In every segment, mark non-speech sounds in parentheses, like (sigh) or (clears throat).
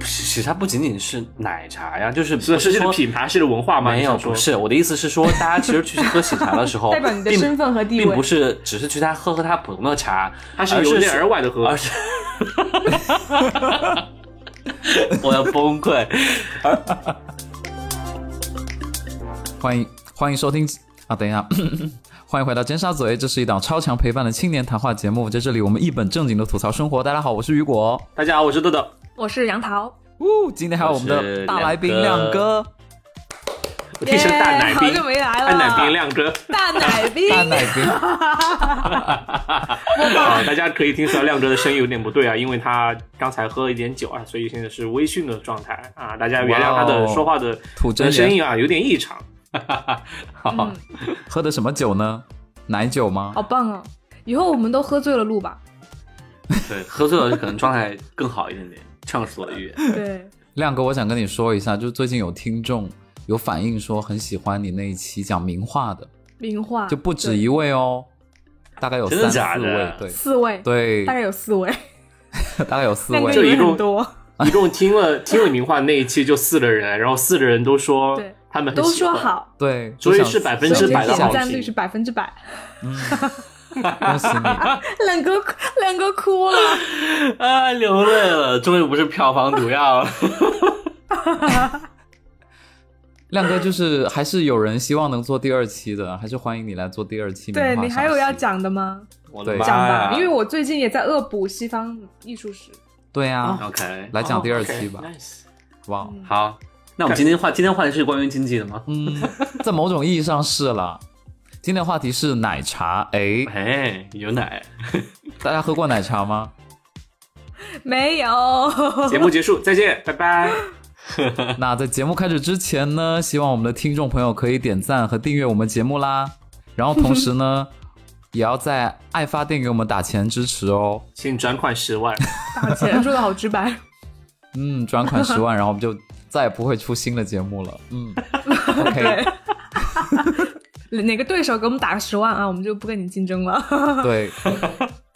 实它不仅仅是奶茶呀，就是是不是这个说品牌式的文化吗？没有，你想不说是我的意思是说，大家其实 (laughs) 去喝喜茶的时候，代表你的并身份和地并位不是只是去他喝喝他普通的茶，它是而由内而外的喝而，是，我要崩 (laughs) 溃。欢迎欢迎收听啊，等一下，欢迎回到尖沙咀，这是一档超强陪伴的青年谈话节目，在这里我们一本正经的吐槽生活。大家好，我是雨果。大家好，我是豆豆。我是杨桃，呜，今天还有我们我是的大来宾亮亮哥哥，我听成大奶耶好久冰，没来了，大奶冰亮 (laughs) 哥。大奶冰，嗯大奶冰。啊，大家可以听出来亮哥的声音有点不对啊，因为他刚才喝了一点酒啊，所以现在是微醺的状态啊，大家原谅他的哇哦说话的吐真言声音啊，有点异常。嗯，喝的什么酒呢？奶酒吗？好棒哦！以后我们都喝醉了录吧。对，喝醉了可能状态更好一点点，畅所欲 (laughs) 言。对，亮哥，我想跟你说一下，就是最近有听众有反映说很喜欢你那一期讲名画的，名画就不止对一位哦，大概有真的三假四的位，对四位，对大，概有四位，大概有四那位个就。以一为共很多，一共听了听了名画那一期就四个人，然后四个人都 (laughs) 说对他们很都喜说欢，好，对，所以就想是百分所之以百的点好赞率评是。百分之百。 (laughs) 恭喜你。亮哥，亮哥哭了，啊，流泪了，终于不是票房毒药了。亮哥就是还是有人希望能做第二期的，还是欢迎你来做第二期。对名画你赏还有析要？讲的吗？我的对妈讲吧，哎呀！因为我最近也在恶补西方艺术史。对哦啊， OK 哦来讲第 (laughs) 二 OK，期吧。 nice (laughs) 哇， (laughs) 好，那我们今天话今天话题是关于经济的吗？嗯，在某种意义上是了。今天的话题是奶茶，哎，哎，有奶。大家喝过奶茶 (laughs) 吗？没有，节目结束，再见，拜拜。那在节目开始之前呢，希望我们的听众朋友可以点赞和订阅我们节目啦。然后同时 (laughs) 呢，也要在爱发电给我们打钱支持哦。请转款十万。打钱说的好直白。嗯，转款十 (laughs) 万，然后我们就再也不会出新的节目了。 (laughs) 嗯 (laughs) ，OK， (laughs) 哪个对手给我们打个十万啊，我们就不跟你竞争 (laughs) 了。对，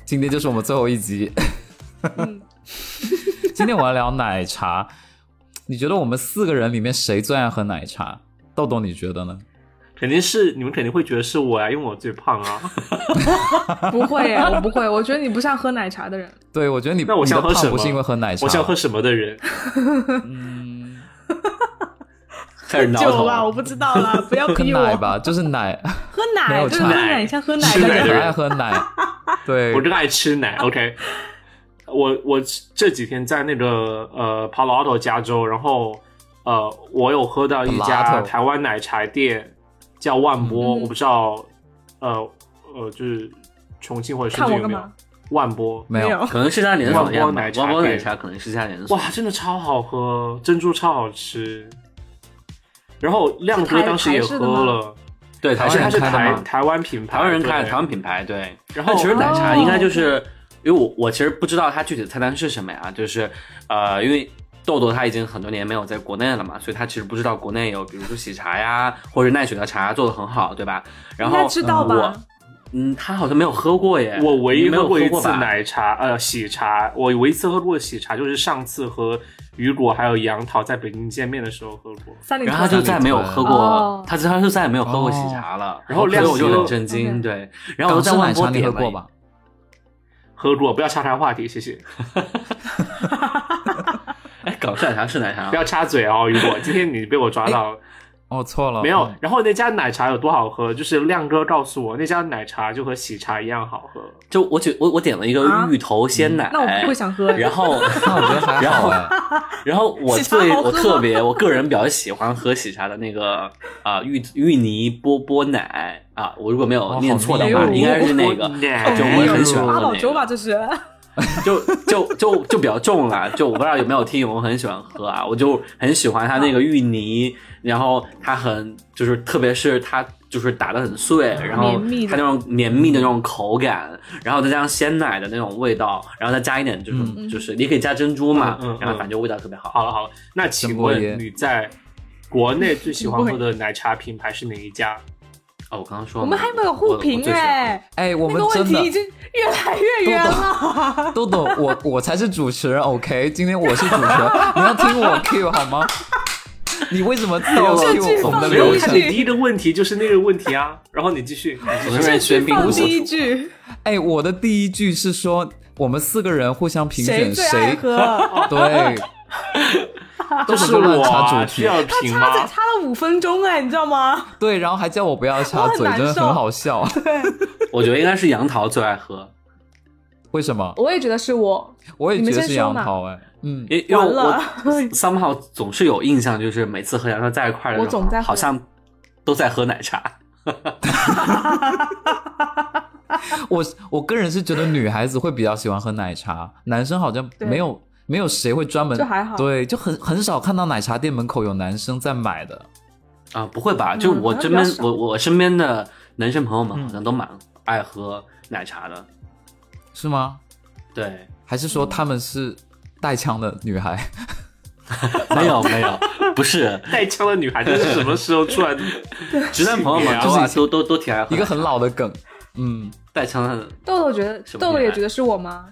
今天就是我们最后一集。 (laughs) 嗯今天我要聊奶茶，你觉得我们四个人里面谁最爱喝奶茶？豆豆，你觉得呢？肯定是你们肯定会觉得是我呀，因为我最胖啊。不会，我不会，我觉得你不像喝奶茶的人。对，我觉得你那我想喝你的什胖么？不是因为喝奶茶，我想喝什么的人？嗯，开始挠酒头吧，我不知道啦，不要喝逼我。奶 (laughs) 吧，就是奶，喝没奶，有对，茶喝奶，像喝奶吃的奶很的人。爱喝奶。对我，热爱吃奶。OK，我我这几天在那个呃 Palo Alto 加州，然后呃，我有喝到一 Palo 家 Alto 台湾奶茶店叫万波，嗯我不知道呃呃，就是重庆或者深看圳我有干没有嘛？万波？没有，可能是家连锁店吧，万波奶茶万波奶店茶可能是家连锁。哇，真的超好喝，珍珠超好吃。然后亮哥是台当时也台式喝的吗了，对，台湾式人它是开的台吗台湾品牌，台湾人开的对台湾品牌，对。然但后其实奶茶哦应该就是，因为我我其实不知道它具体的菜单是什么呀，就是呃，因为豆豆他已经很多年没有在国内了嘛，所以他其实不知道国内有比如说喜茶呀，或者奈雪的茶做的很好，对吧？然应后该知道吧？嗯，他好像没有喝过耶，我唯你一没有喝喝过一次吧，奶茶，呃，喜茶。我唯一一次喝过喜茶，就是上次和雨果还有杨桃在北京见面的时候喝过。三里然屯。后他就再也没有喝过哦，他他就再也没有喝过喜茶了，然后所以亮我就哥很震惊，哦 OK 对。然后我港在式万奶波茶你点喝了过吧？喝过，不要岔开话题，谢谢。一？哎，港式奶茶是奶茶吗不，要插嘴哦，雨果，今天你被我抓哎到了。哦，错了，没有嗯。然后那家奶茶有多好喝？就是亮哥告诉我，那家奶茶就和喜茶一样好喝。就我觉我我点了一个啊芋头鲜奶，那我不会想喝。然后， (laughs) 那我觉得 (laughs) 还好哎，然后我喜茶最好喝我吗特别我个人 (laughs) 比较喜欢喝喜茶的那个啊芋芋泥波波奶啊，我如果没哦有念错的好话，腻哦应哎该是 (laughs) 那个哦就，哎就我也很喜欢八喝宝那粥吧，个，这是。就就就就比较重啦，就我不知道有没有听友很喜欢喝啊，我就很喜欢它那个芋泥，然后它很就是特别是它。就是打的很碎，然后绵密的它那种绵密的那种口感，然后再加上鲜奶的那种味道，然后再加一点就是、嗯就是你可以加珍珠嘛，嗯嗯嗯然后反正就味道特别好。好了好了，那请陈伯爷问你在国内最喜欢喝的奶茶品牌是哪一家？哦，我刚刚说我了们嘛还没有互评哎、哎，我那们个问真题已的，经越来越远了。豆豆，我我才是主持人，OK？今天我是主持人，你要听我 Q 好吗？你为什么 (laughs) 非要这 Q 句我们的放没有流进看程去？你第一个问题就是那个问题啊，然后你继续，你继我续 (laughs) 们这边喧宾放夺第一主，句，哎，我的第一句是说，我们四个人互相评选最爱谁喝？ (laughs) 对，都是是乱我插啊主需题，要他评插吗嘴？插了五分钟哎、你知道吗？对，然后还叫我不要插我很嘴，难真的受很好笑。对，我觉得应该是杨桃最爱喝，为什么？我也觉得是我。我也你觉们得先是说杨嘛桃哎、嗯，因因为完我了 (laughs) somehow 总是有印象，就是每次和杨桃在一块儿的时候，我总在喝好像都在喝奶茶。我我个人是觉得女孩子会比较喜欢喝奶茶，男生好像对没有没有谁会专门就还好对，就很很少看到奶茶店门口有男生在买的。啊，不会吧？就嗯我好像身比较边，少我我身边的男生朋友们嗯好像都蛮爱喝奶茶的。是吗？对，还是嗯说他们是带枪的女孩？ (laughs) 没有没 (laughs) 有，不是，带枪的女孩子是什么时候出 (laughs) 来的？直男朋友们都就是以啊前都都都挺爱喝一个很奶茶老的梗，嗯，带枪的，豆豆觉得，什么豆豆恋也爱觉得是我吗？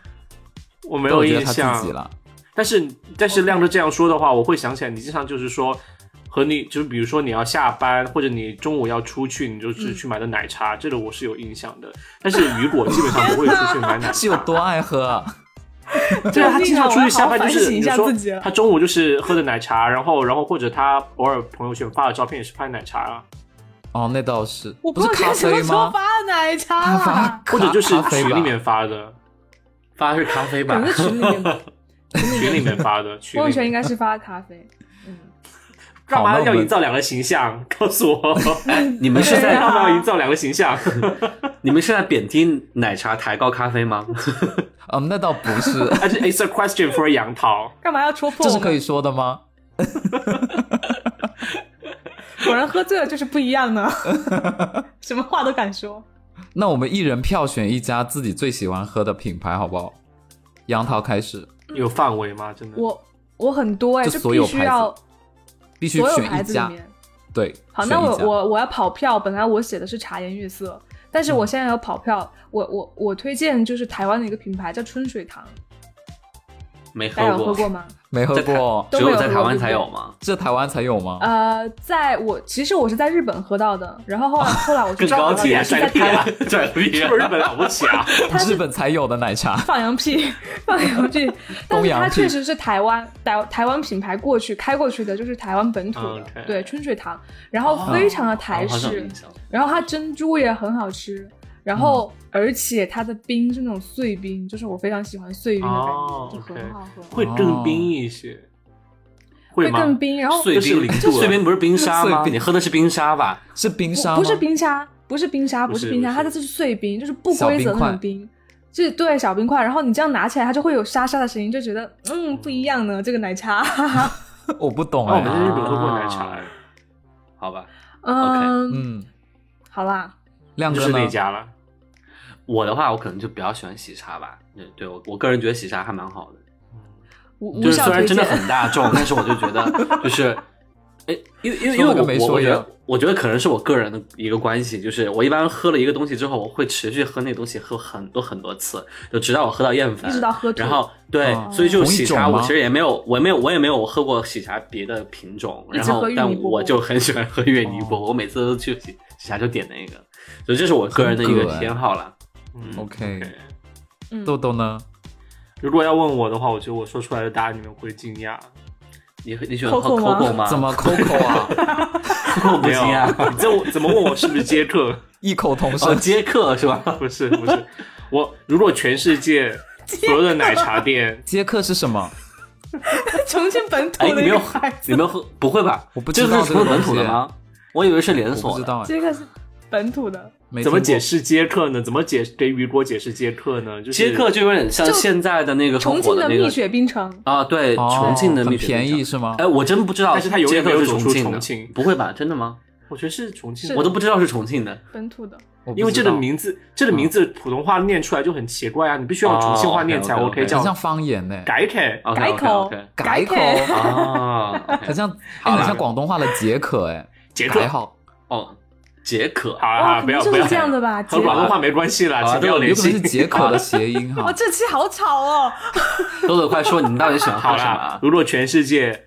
我没没有觉印得他象自己。了。但是但是亮哥这样说的话，我会想起来，你经常就是说和你就是比如说你要下班或者你中午要出去，你就是去买的奶茶，这个我是有印象的。但是雨果基本上不会出去买奶 (laughs) 是有茶。多爱喝啊、 (laughs) 对啊，他经 (laughs) 常出去下班就我要好好是反省一你下说自己了他中午就是喝的奶茶，然后然后或者他偶尔朋友圈发的照片也是拍奶茶啊，哦，那倒是，我不是朋友咖圈什么啡时候吗？发的奶茶啊他发啦？或者就是咖啡群吧里面发 (laughs) 的，发的是咖啡吧整？个群里面，群里面发的，群朋友里圈面应该是发咖啡。嗯 (laughs) 干嘛好那要我们营造两个形象？ (laughs) 告诉我， (laughs) 你们是对在 (laughs) 啊干嘛要营造两个形象？ (laughs) 你们是在贬低奶茶抬高咖啡吗？嗯，那倒不 (laughs) 是，而且 it's a question for 杨桃。干嘛要戳破？这是可以，说的吗？果然喝醉了就是不一样 (laughs) 呢，什么话都敢说。那我们一人票选一家自己最喜欢喝的品牌，好不好？杨桃开始，有范围吗？真 (laughs) 的？我我很多哎、就就所有必须牌子要必须所有选牌一子里家，面。对，好，选那我一家我我要跑票，本来我写的是茶颜悦色，但是我嗯现在要跑票，我我我推荐就是台湾的一个品牌叫春水堂，没大喝家有喝过，过吗？没喝哦在台过，都只没有有在喝台过湾对不才对有吗？这台湾才有吗？呃，在我其实我是在日本喝到的，然后后哦来后来我去更高级找啊，到是拽在个屁台啊 (laughs) 湾，拽个屁是啊不！是日本了不起啊？它是 (laughs) 日本才有的奶茶，放羊屁， (laughs) 放 (laughs) 羊屁，但东是洋它屁确实是台湾台台湾品牌过去开过去的，就是台湾本土的 OK 对春水堂，然后非常的台哦我好像有式，印象然后它珍珠也很好吃，然后而且它的冰是那种碎冰，就是我非常喜欢碎冰的感觉，哦就很好喝，会更冰一些，哦会吗？更冰，然后碎就是冰零，度啊碎冰不是冰沙碎吗？冰你喝的是冰沙吧？是冰不沙吗？不是冰沙，不是冰沙，不不是是冰沙，不是它这是碎冰，就是不小规则冰的块那种冰，就是对小冰块。然后你这样拿起来，它就会有沙沙的声音，就觉得嗯不一样呢，这个奶茶。我不懂哦，我哎、们在日本喝过奶茶，啊好吧，嗯，嗯，好啦，亮就哥是呢那？家了。我的话，我可能就比较喜欢喜茶吧。对，对我我个人觉得喜茶还蛮好的，无就无是效虽然推真荐的。很大众，但是我就觉得就是，哎，因为因为因为说了个我没我说我一觉样得我觉得可能是我个人的一个关系，就是我一般喝了一个东西之后，我会持续喝那东西喝很多很多次，就直到我喝到厌烦，一直到喝吐然后对，哦所以就同一喜茶，种吗我其实也没有，我没有，我也没有喝过喜茶别的品种，一直然后喝芋泥但饽饽我就很喜欢喝芋泥饽饽，哦我每次都去喜喜茶就点那个，所以这是我个人的一很个葛哎偏好啦。嗯 OK 嗯豆豆呢？如果要问我的话，我觉得我说出来的答案你们会惊讶，你你喜欢喝 Coco Coco 吗吗？怎么 Coco 啊？ Coco 不没有行啊？你这我怎么问我是不是接客？异口 (laughs) 同哦，声，接客是吧？不是不是，我如果全世 (laughs) 界所有的奶茶店，接客是什么？ (laughs) 重庆本土哎，你的没一个有牌子， (laughs) 你没有喝？不会吧？我不这知个道是这不个是本土的东西啊吗？我以为是连我锁不知的。道哎、这个是本土的，没怎么听过解？释接客呢？怎么解给雨果解释接客呢？就是接客就有点像就现在的那个很重火庆的的那蜜个雪冰城。啊，对，哦重庆的很蜜雪便宜冰城是吗哎，我真不知道，但是它永远没有是走重出庆的，重庆不会吧？真的吗？我觉得是重庆的，是我都不知道是重庆的。本土的，我不知因为这个道嗯名字，这个名字普通话念出来就很奇怪啊，你必须要用重庆话念才哦 OK， ，OK，OK，OK 叫很像哦方言呢、改凯。 OK 改 OK 口 OK，改口，改啊，OK (laughs) (laughs) 很像，好哎啦很像广东话的解渴哎、杰克还好哦，解渴好了好哇，了，可不要能就不是要这样 (laughs) 的吧？和姐广东话没关系啦，好啊请不要有联可能系是。解渴的谐音 (laughs) 哈哦，。这期好吵哦！豆豆快说，你们到底喜欢好喝什么啦啊，？如果全世界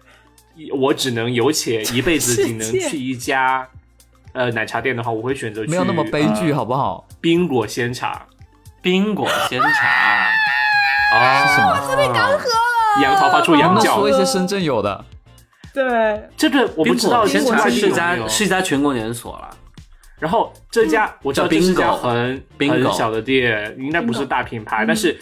我只能有且一辈子仅能 (laughs) 世界去一家呃奶茶店的话，我会选择去没有那么悲剧，啊呃好不好？冰果鲜茶、哦冰果鲜茶。啊哦，是什么啊哦这边刚喝。杨桃发出能羊不能角说一。些深圳有的？对，这个我不知道，鲜冰果茶鲜是一茶家是一家全国连锁了。然后这嗯家我知道叫这是 Bingo 家很 Bingo 很小的店，应该不是大品牌， Bingo 但是嗯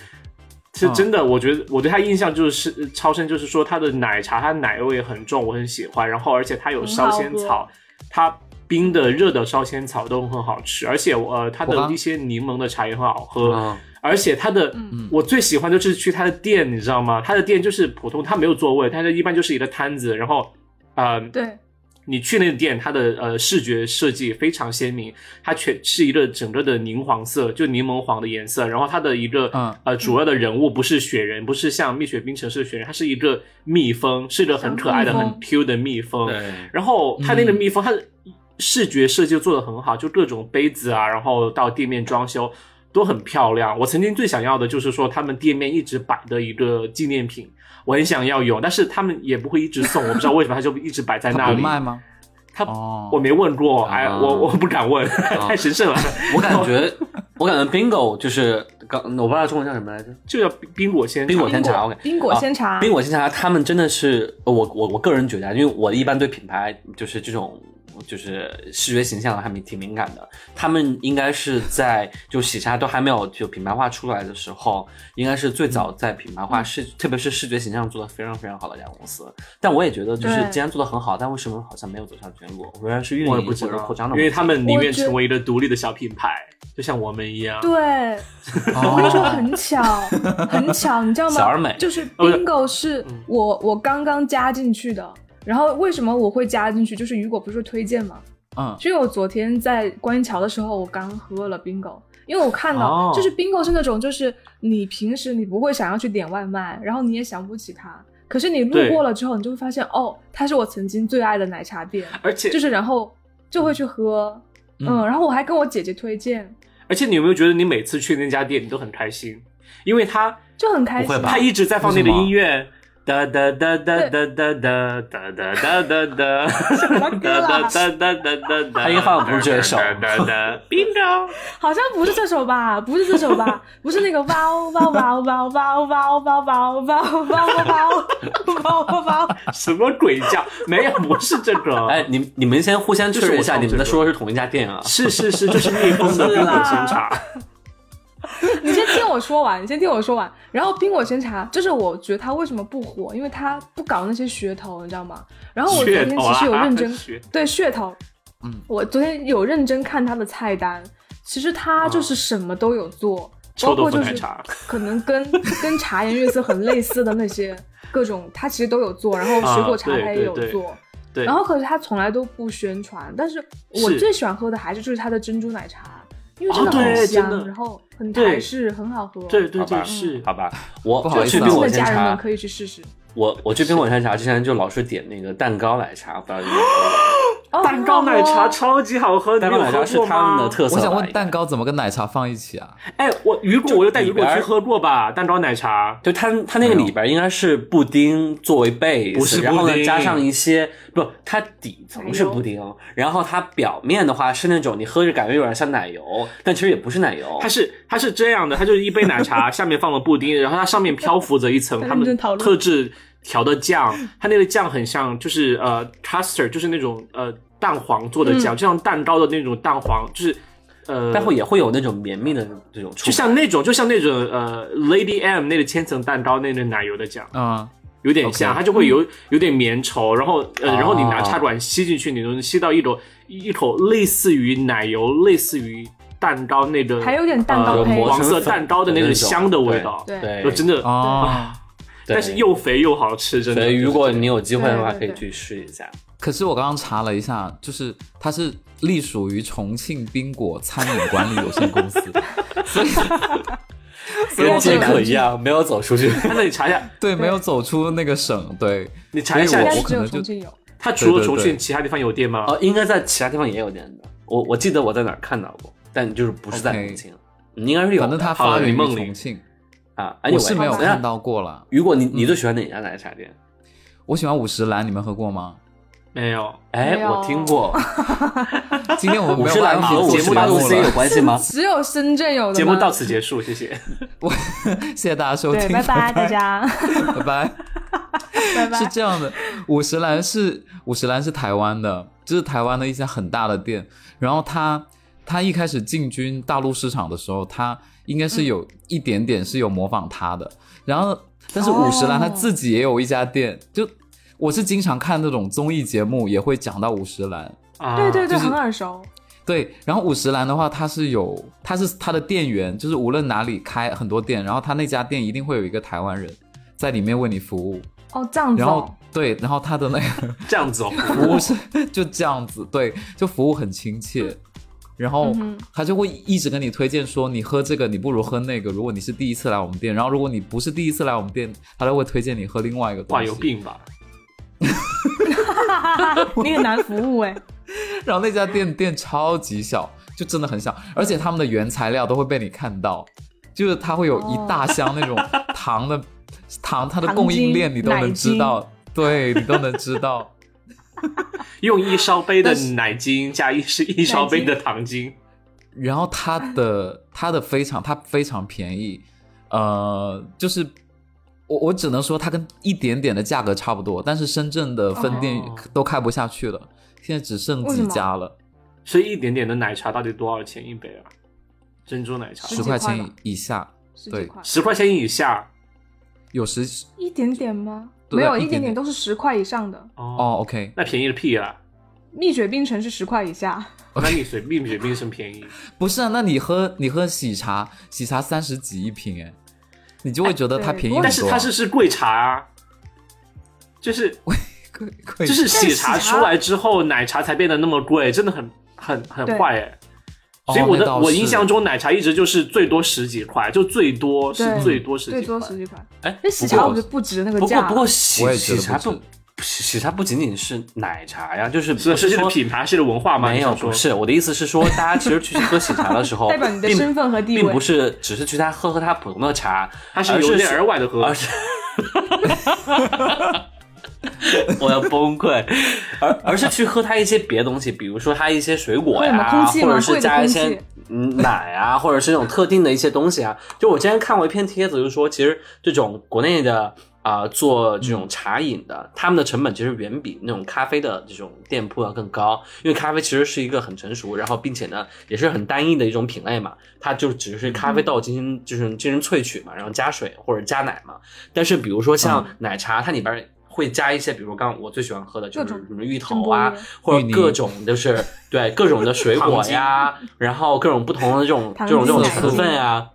是真的，我觉得我对它印象就是呃超深，就是说它的奶茶，它奶味很重，我很喜欢。然后而且它有烧仙很好草，它冰的、热的烧仙草都很好吃，而且我呃它我的刚一些柠檬的茶也很好喝。嗯，而且它的，嗯我最喜欢就是去它的店，你知道吗？它的店就是普通，它没有座位，它就一般就是一个摊子，然后，呃，对，你去那个店，它的呃视觉设计非常鲜明，它全是一个整个的柠黄色，就柠檬黄的颜色。然后它的一个、嗯呃主要的人物不是雪人，不是像蜜雪冰城似的雪人，它是一个蜜蜂，是一个很可爱的、小蜜很蜂 Q 的蜜嗯蜂。对，然后它那个嗯蜜蜂，它的视觉设计做的很好，就各种杯子啊，然后到店面装修都很漂亮。我曾经最想要的就是说他们店面一直摆的一个纪念品，我很想要有，但是他们也不会一直送，我不知道为什么他就一直摆在那 (laughs) 他里。不卖吗？他哦，我没问过，哎，啊我我不敢问，太神圣了，我感觉我感觉 bingo 就是刚我不知道中文叫什么来着，就叫冰果鲜茶。冰果鲜茶。我果感冰果啊鲜茶，冰果鲜茶，他们真的是呃我我我个人觉得，啊，因为我一般对品牌就是这种就是视觉形象还挺挺敏感的，他们应该是在就喜茶都还没有就品牌化出来的时候，应该是最早在品牌化视、特别是视觉形象做的非常非常好的一家公司。但我也觉得就是对既然做的很好，但为什么好像没有走上全国？我仍然是运营我也不知或者道扩张，的因模式，为他们宁愿我觉得成为一个独立的小品牌，就像我们一样。对，我哦跟你 (laughs) 说很巧，很巧，你知道吗？哦小而美就是哦不是 bingo 是嗯我我刚刚加进去的。然后为什么我会加进去？就是雨果不是说推荐吗？嗯，所以我昨天在观音桥的时候，我刚喝了 bingo，因为我看到哦就是 bingo 是那种，就是你平时你不会想要去点外卖，然后你也想不起它，可是你路对过了之后，你就会发现哦，它是我曾经最爱的奶茶店，而且就是然后就会去喝，嗯嗯，然后我还跟我姐姐推荐，而且，你有没有觉得你每次去那家店，你都很开心？因为他就很开不心会。吧他一直在放那个为什么音乐，哒哒哒哒哒哒哒哒哒哒哒哒，么歌啊哒哒哒哒哒哒。他应该放的不是这首哒哒哒，bingo。好像不是这首吧？不是这首吧？不是那个哇哦哇哦哇哦哇哦哇哦哇哦哇哦哇哦哇哦哇哦哇哦哇哦哇哦哇哦！什么鬼叫？没有，不是这个。哎，，你你们先互相确就是认我一下，唱你们在这个说的是同一家店 (laughs) 啊？是是是，就是蜜蜂的是冰啦果鲜茶。 (laughs) 你先听我说完，你先听我说完。然后冰果鲜茶，就是我觉得它为什么不火，因为它不搞那些噱头，你知道吗？然后我昨噱天头其啊！实有认真噱对噱头，嗯，我昨天有认真看它的菜单，其实它就是什么都有做，包嗯臭豆括腐就奶是茶，可能跟 (laughs) 跟茶颜悦色很类似的那些各种，它其实都有做，然后水果茶啊对它也有对对做。对然后可是它从来都不宣传，但是我是最喜欢喝的还是就是它的珍珠奶茶，因为真哦的对很香，真的然后很对台式，很好喝。对对好吧对，是。好吧，我不好意思去啊冰真果的鲜家人茶们，可以去试试。我我去冰果山茶之前就老是点那个蛋糕奶茶，不知道你们有没有。哦蛋糕奶很好茶哦超级好喝，你蛋有糕奶喝茶是过他们吗的？特色我吧。想问蛋糕怎么跟奶茶放一起啊？哎，我雨果，我又带雨果里边去儿喝过吧，蛋糕奶茶。就它它那个里边应该是布丁作为 base，不是然后布呢丁加上一些不，它底层是布丁，然后它表面的话是那种你喝着感觉有点像奶油，但其实也不是奶油它。是它是这样的，它就是一杯奶 (laughs) 茶，下面放了布丁，然后它上面漂浮着一层在他认真们讨论特制调的酱，它那个酱很像就是呃 custard，就是那种呃蛋黄做的嗯酱，就像蛋糕的那种蛋黄，就是呃但会也会有那种绵密的这种触就感，像那种就像那种呃 Lady M 那个千层蛋糕那个奶油的酱，嗯，有点像 OK 它就会有有点粘稠，然后呃，哦然后你拿插管吸进去，你能吸到一种一口类似于奶油、类似于蛋糕那个，还有点蛋糕呃胚黄色蛋糕的那种香的味道，对对就，真的，哦，对但是又肥又好吃，真所的。以如果你有机会的话，对可对以对去试一下。可是我刚刚查了一下，就是它是隶属于重庆冰果餐饮管理有限公司，所以对跟对杰克对一样，没有走出去。那你查一下，对没有走出那个省，对，你查一下所以应，该我是可只有能就重庆有。它除对了对重对啊哦庆，其他地方有店吗？哦，应该在其他地方也有点的。我我记得我在哪儿看到过，但就是不是在 OK 重庆你应该是有的。反正它哎好发了哦源你于梦重里庆，啊，我是没有等一下看到嗯过了。雨果，你你最喜欢哪家奶茶店？我喜欢五十岚，你们喝过吗？没有，哎，没有啊我听过，今天我们五没十有岚办法和录五节十目八度 C 有了，关系 (laughs) 吗？只有深圳有的吗节目到此结束，谢谢。谢谢大家收对，听，拜拜大家， (laughs) (laughs) 拜拜。拜拜 (laughs) 是。这样的，五十岚是五十岚是台湾的，这、是台湾的一家很大的店。然后它它一开始进军大陆市场的时候，它应该是有一点点是有模仿它的。然后，但是哦五十岚它自己也有一家店，就我是经常看那种综艺节目也会讲到五十岚。啊对对对，就是很耳熟。对，然后五十岚的话，它是有，它是它的店员，就是无论哪里开很多店，然后它那家店一定会有一个台湾人在里面为你服务。哦，这样子然后哦。对，然后他的那个这样子哦，服务是 (laughs) 就这样子，对，就服务很亲切，然后嗯哼他就会一直跟你推荐说，你喝这个你不如喝那个。如果你是第一次来我们店，然后如果你不是第一次来我们店，他就会推荐你喝另外一个东哇，西。有！病吧？你很难服务 (laughs) 哎、然后那家店店超级小，就真的很小，而且他们的原材料都会被你看到，就是他会有一大箱那种糖的、糖，它哦的糖供应精链你都奶能知精道，对你都能知道。用一烧杯的但是奶精加一是一烧杯的糖精，然后它的它的非常它非常便宜，呃，就是我我只能说它跟一点点的价格差不多，但是深圳的分店哦都开不下去了，现在只剩为什几么家了，是一点点的奶茶到底多少钱一杯啊？珍珠奶茶十十几块块钱吧以下，十对几块，十块钱以下有十一点点吗？对没有，一一点点点点都是十块以上的。哦，哦，OK，那便宜个屁啦！蜜雪冰城是十块以下，那你随便比冰城便宜，不是啊，那你喝你喝喜茶，喜茶三十几一瓶，哎，你就会觉得它对便宜不过很但是多啊，它是是贵茶啊，就是贵贵就是喜茶但喜茶出来之后，奶茶才变得那么贵，真的很很很对坏哎。哦所以我那的、倒我是印象中奶茶一直就是最多十几块，就最多是对最多十最几块多。十几块。哎，那喜不过茶我觉得不值那个不价。过不过喜我也喜觉得茶不不喜喜茶不仅仅是奶茶呀，就是是不是这个说品牌，是这个文化吗？没你有想说不是我的意思是说，大家其实去喝喜茶的时候， (laughs) 代表你的并身份和地位并不是只是去他喝喝他普通的茶，它是而由内去而外的喝。而是， (laughs) 我要崩溃，而而是去喝它一些别的东西，比如说它一些水果会呀吗，空气吗或者是加一会的些空气嗯奶啊，或者是那种特定的一些东西啊。就我之前看过一篇帖子，就是说其实这种国内的。啊、做这种茶饮的，他们的成本其实远比那种咖啡的这种店铺要更高，因为咖啡其实是一个很成熟，然后并且呢也是很单一的一种品类嘛，它就只是咖嗯啡豆进行就是进行萃取嘛，然后加水或者加奶嘛，但是比如说像嗯奶茶，它里边会加一些，比如刚刚我最喜欢喝的就是各种什么芋头啊真，或芋者泥各种就是对各种的 (laughs) 水果呀，然后各种不同的这种这糖种这种精成分啊，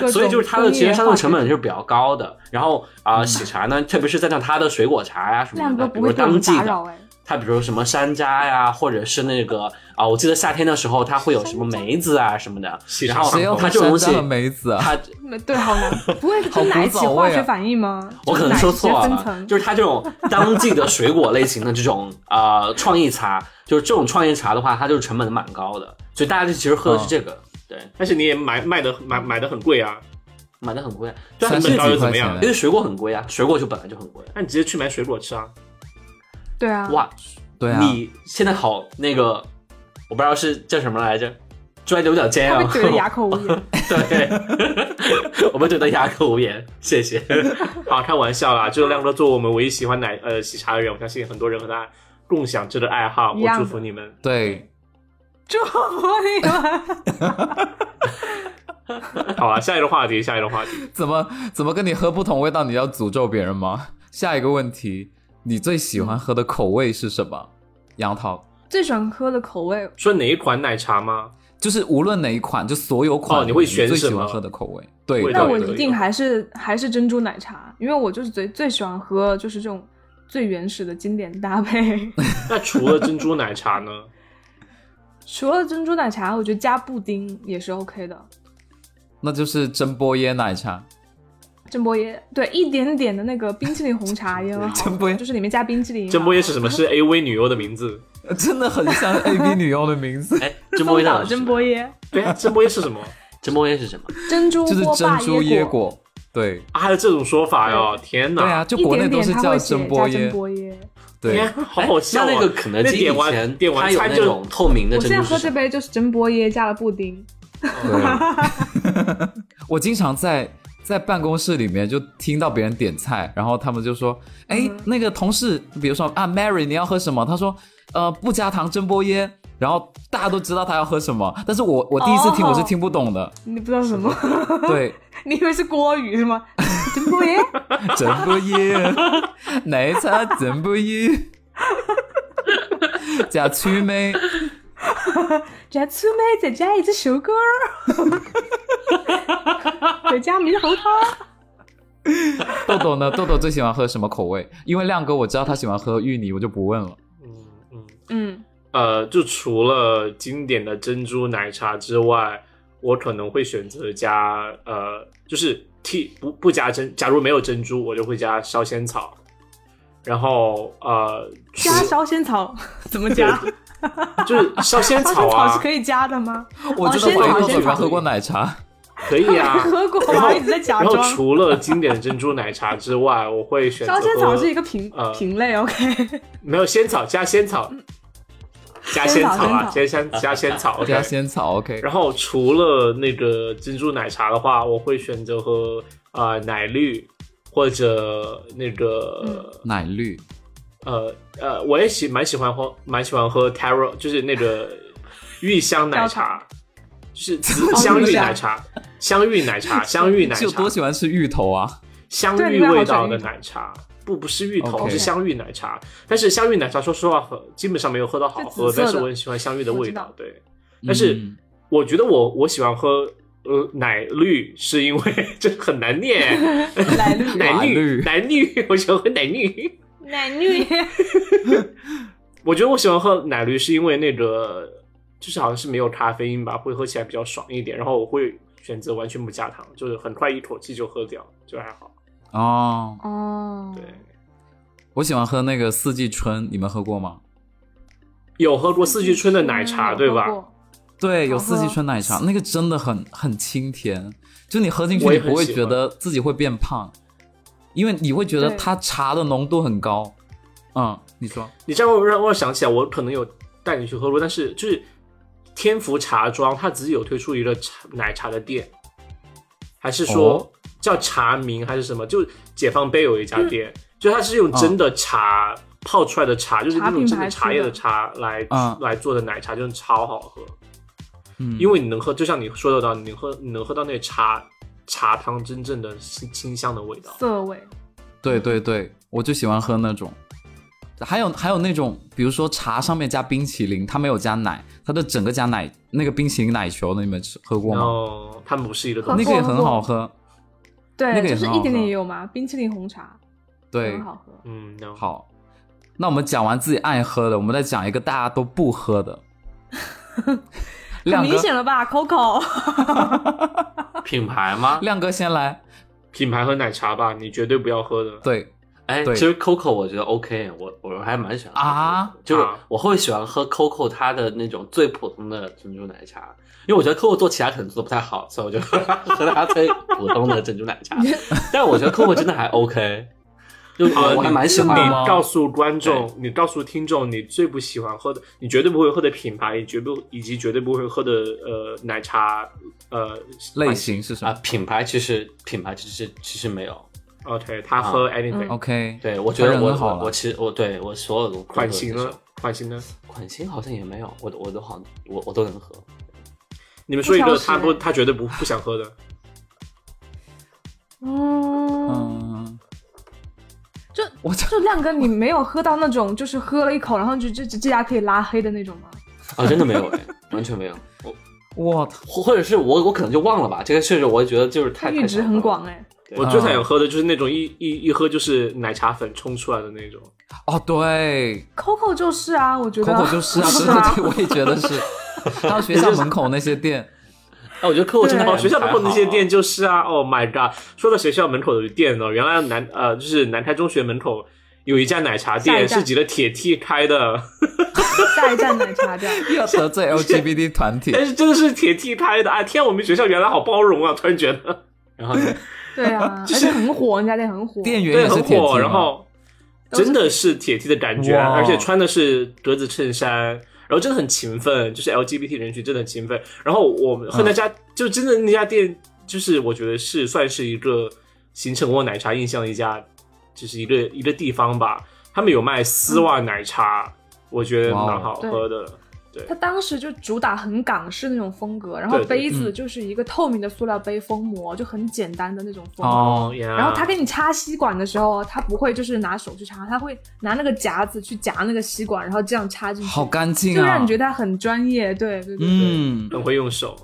各所以就是种它的工其实业相对化成本学就是比较高的。然后啊、嗯喜茶呢，特别是再像它的水果茶呀、什这样么都的，比不如会对我当们季打的扰，哎。它比如什么山楂呀，或者是那个啊，我记得夏天的时候它会有什么梅子啊什么的，喜茶然后谁要它喝这种山东西楂，和梅子啊？它嗯对，好 (laughs) 难，不会好跟奶古一起早化味啊学反应吗？我可就是能奶说直接错分了 (laughs) 层，就是它这种当季的水果类型的这种呃 (laughs) 创意茶，就是这种创意茶的话，它就是成本蛮高的，所以大家就其实喝的是这嗯个，对，但是你也买卖的买买的很贵啊，买的很贵，对啊，因三十为几到底块怎么钱样哎因为水果很贵啊，水果就本来就很贵。那你直接去买水果吃啊。对啊，哇，对啊，你现在好那个，我不知道是叫什么来着，拽的有点尖他啊会，觉得哑口无 (laughs) 言。 (laughs) 对，我们觉得哑口无言，谢谢。，好，开玩笑啦，就是亮哥做我们唯一喜欢奶呃喜茶的人，我相信很多人和他共享这个爱好，一我样的祝福你们。对，祝福你们，好啊，下一个话题，下一个话题，怎么怎么跟你喝不同味道，你要诅咒别人吗？下一个问题，你最喜欢喝的口味是什么？杨桃，最喜欢喝的口味，说哪一款奶茶吗？就是无论哪一款，就所有款，哦你会选最喜什么欢喝的口味？对，味对道那我也可一以定还是还是珍珠奶茶，因为我就是最最喜欢喝就是这种最原始的经典搭配。 (laughs) 那除了珍珠奶茶 (laughs) 呢？除了珍珠奶茶，我觉得加布丁也是 OK 的。那就是真波椰奶茶，郑波椰对一点 (laughs) 点的那个冰淇淋红茶也很好喝，郑波椰就是里面加冰淇淋。郑波椰是什么？是 A V 女优的名字。真的很像 A B 女优的名 (laughs) 字哎，真波松耶到岛底是什真么波耶，对啊，真波耶是什么真波耶是什么？珍珠就是波珍霸珠椰椰。果。对啊？还有这种说法哟！天哪，对啊，就一国内点都点是它叫会写真加波珍耶。波耶。对天，，好好笑啊！哎那那个肯德基点以完前点完它有菜那就种透明的我珍现在珠喝是这什么？杯就是真波耶加了布丁，对，我经常在在办公室里面就听到别人点菜，然后他们就说：“哎，那个同事，比如说啊，Mary，你要喝什么？”他说：“呃，不加糖真波椰。”然后大家都知道他要喝什么，但是我我第一次听哦我是听不懂的，你不知道什么？对， (laughs) 你以为是郭宇是吗？真波耶，真波椰，奶茶真波椰，假曲妹，加醋妹再加一只小哥儿，再加猕猴桃。豆豆呢？豆豆最喜欢喝什么口味？因为亮哥我知道他喜欢喝芋泥，我就不问了。嗯嗯，嗯，呃，就除了经典的珍珠奶茶之外，我可能会选择加呃，就是替不不加珍，假如没有珍珠，我就会加烧仙草。然后呃，除加烧仙草怎么加？ (laughs) 就是烧仙 (laughs) 烧草仙草啊是可，以加的吗？我知道仙我草豆豆仙喜欢草喝过奶茶。可以 (laughs) 啊。喝过然后吗？一直在假然后装。除了经典的珍珠奶茶之外，我会选择烧仙草喝是一个品呃品类，OK。 (laughs) 没有仙草加仙草，加仙草啊，加嗯仙仙加仙草，OK，加仙草，OK。然后除了那个珍珠奶茶的话，我会选择喝啊、呃奶绿或者那个、嗯奶绿，呃呃，我也喜蛮喜欢喝蛮喜欢喝 taro，就是那个芋香奶茶，就是紫香芋奶茶，香芋奶茶，香芋奶就多茶，喜欢吃芋头啊！香对芋你们好味道喜欢芋的头奶茶。不，不是芋头 OK 是香芋奶茶。但是香芋奶茶，说实话，喝基本上没有喝到好喝就，紫色但的是我很喜欢香芋的我味知道道。对，但是嗯我觉得我我喜欢喝呃奶绿，是因为 (laughs) 这很难念， (laughs) 奶绿，奶绿奶奶绿绿， (laughs) 我喜欢喝奶绿。奶绿，我觉得我喜欢喝奶绿是因为那个就是好像是没有咖啡因吧，会喝起来比较爽一点。然后我会选择完全不加糖，就是很快一口气就喝掉，就还好。哦，哦，对，我喜欢喝那个四季春，你们喝过吗？有喝过四季春的奶茶对嗯我喝吧？过？对，有好四喝季春奶茶，那个真的很很清甜，就你喝进去，我你也不会很喜觉欢得自己会变胖，因为你会觉得对它茶的浓度很高。嗯，你说你这样让我想起来，我可能有带你去喝过，但是就是天福茶庄，它自己有推出一个茶奶茶的店，还是哦说叫茶明还是什么？就解放碑有一家店，就它是用啊真的茶、泡出来的茶，就是那种真的茶叶的茶来嗯来做的奶茶，就是超好喝。嗯因为你能喝，就像你说的到，你能喝你能喝到那茶茶汤真正的清清香的味道。涩味，对对对，我就喜欢喝那种。还有还有那种，比如说茶上面加冰淇淋，它没有加奶，它的整个加奶那个冰淇淋奶球的，你们吃喝过然吗？后它们不是一个喝东西那个过，也喝很过好喝。对那，个也就是很好一点点喝也有嘛，冰淇淋红茶对很，好喝。嗯，然后好，那我们讲完自己爱喝的，我们再讲一个大家都不 (laughs) 喝的。很亮明哥，显了吧，Coco？品牌吗？亮哥先来。品牌和奶茶吧，你绝对不要喝的。对，哎，对其实 Coco 我觉得 OK，我我还蛮喜欢喝啊 Coco 的，就是啊我会喜欢喝 Coco 它的那种最普通的珍珠奶茶，因为我觉得 Coco 做其他可能做的不太好，所以我就 (laughs) 喝它最普通的珍珠奶茶。但我觉得 Coco 真的还 OK，就好我我还蛮喜欢啊呃你的。吗告诉观众，你告诉听众，你最不喜欢喝的，你绝对不会喝的品牌，以绝不以及绝对不会喝的呃奶茶呃类。型是什啊么，品牌其实品牌其实其实没有， OK，他哦喝啊 anything、嗯？OK，对我觉得人我很好了我我其实我对我所有的款型呢呢？款型呢？款型好像也没有，我都我都好我我都能喝，你们说一不个挑食他不他绝对不不想喝啊的。嗯，嗯，就我操，就亮哥，你没有喝到那种就是喝了一口，然后就就就这家可以拉黑的那种吗？啊真的没有哎，完全没有。我我或或者是我我可能就忘了吧，这个确实我觉得就是它太阈值很广哎。哎，对我最想喝的就是那种一一一喝就是奶茶粉冲出来的那种。哦，对 Coco 就是啊，我觉得，Coco 就是啊， (laughs) 是对啊对对，我也觉得是。 (laughs) 还有学校门口那些店，哎，我觉得客户真的哦，好，学校门口那些店就是啊，Oh my god！说到学校门口的店呢，原来南呃就是南开中学门口有一家奶茶下一店站是几个铁梯开的，下一站奶茶店。要 (laughs) 得罪 LGBT 团体，哎但是哎真的是铁 T 拍的啊！天，我们学校原来好包容啊！突然觉得，然后呢对啊，而且很火，那家店很火。店员对也是很铁啊 T 火，吗然后真的是铁 T 的感觉，啊哇而且穿的是格子衬衫。然后真的很勤奋，就是 LGBT 人群真的很勤奋。然后我们和那家、就真的那家店，就是我觉得是算是一个形成我奶茶印象的一家，就是一个一个地方吧。他们有卖丝袜奶茶，我觉得蛮好喝的。它当时就主打很港式那种风格，然后对对杯子嗯就是一个透明的塑料杯封膜，就很简单的那种封膜。哦，呀然后他给你插吸管的时候，他不会就是拿手去插，他会拿那个夹子去夹那个吸管，然后这样插进去，好干净啊！就让你觉得他很专业。对对对对嗯，很会用手，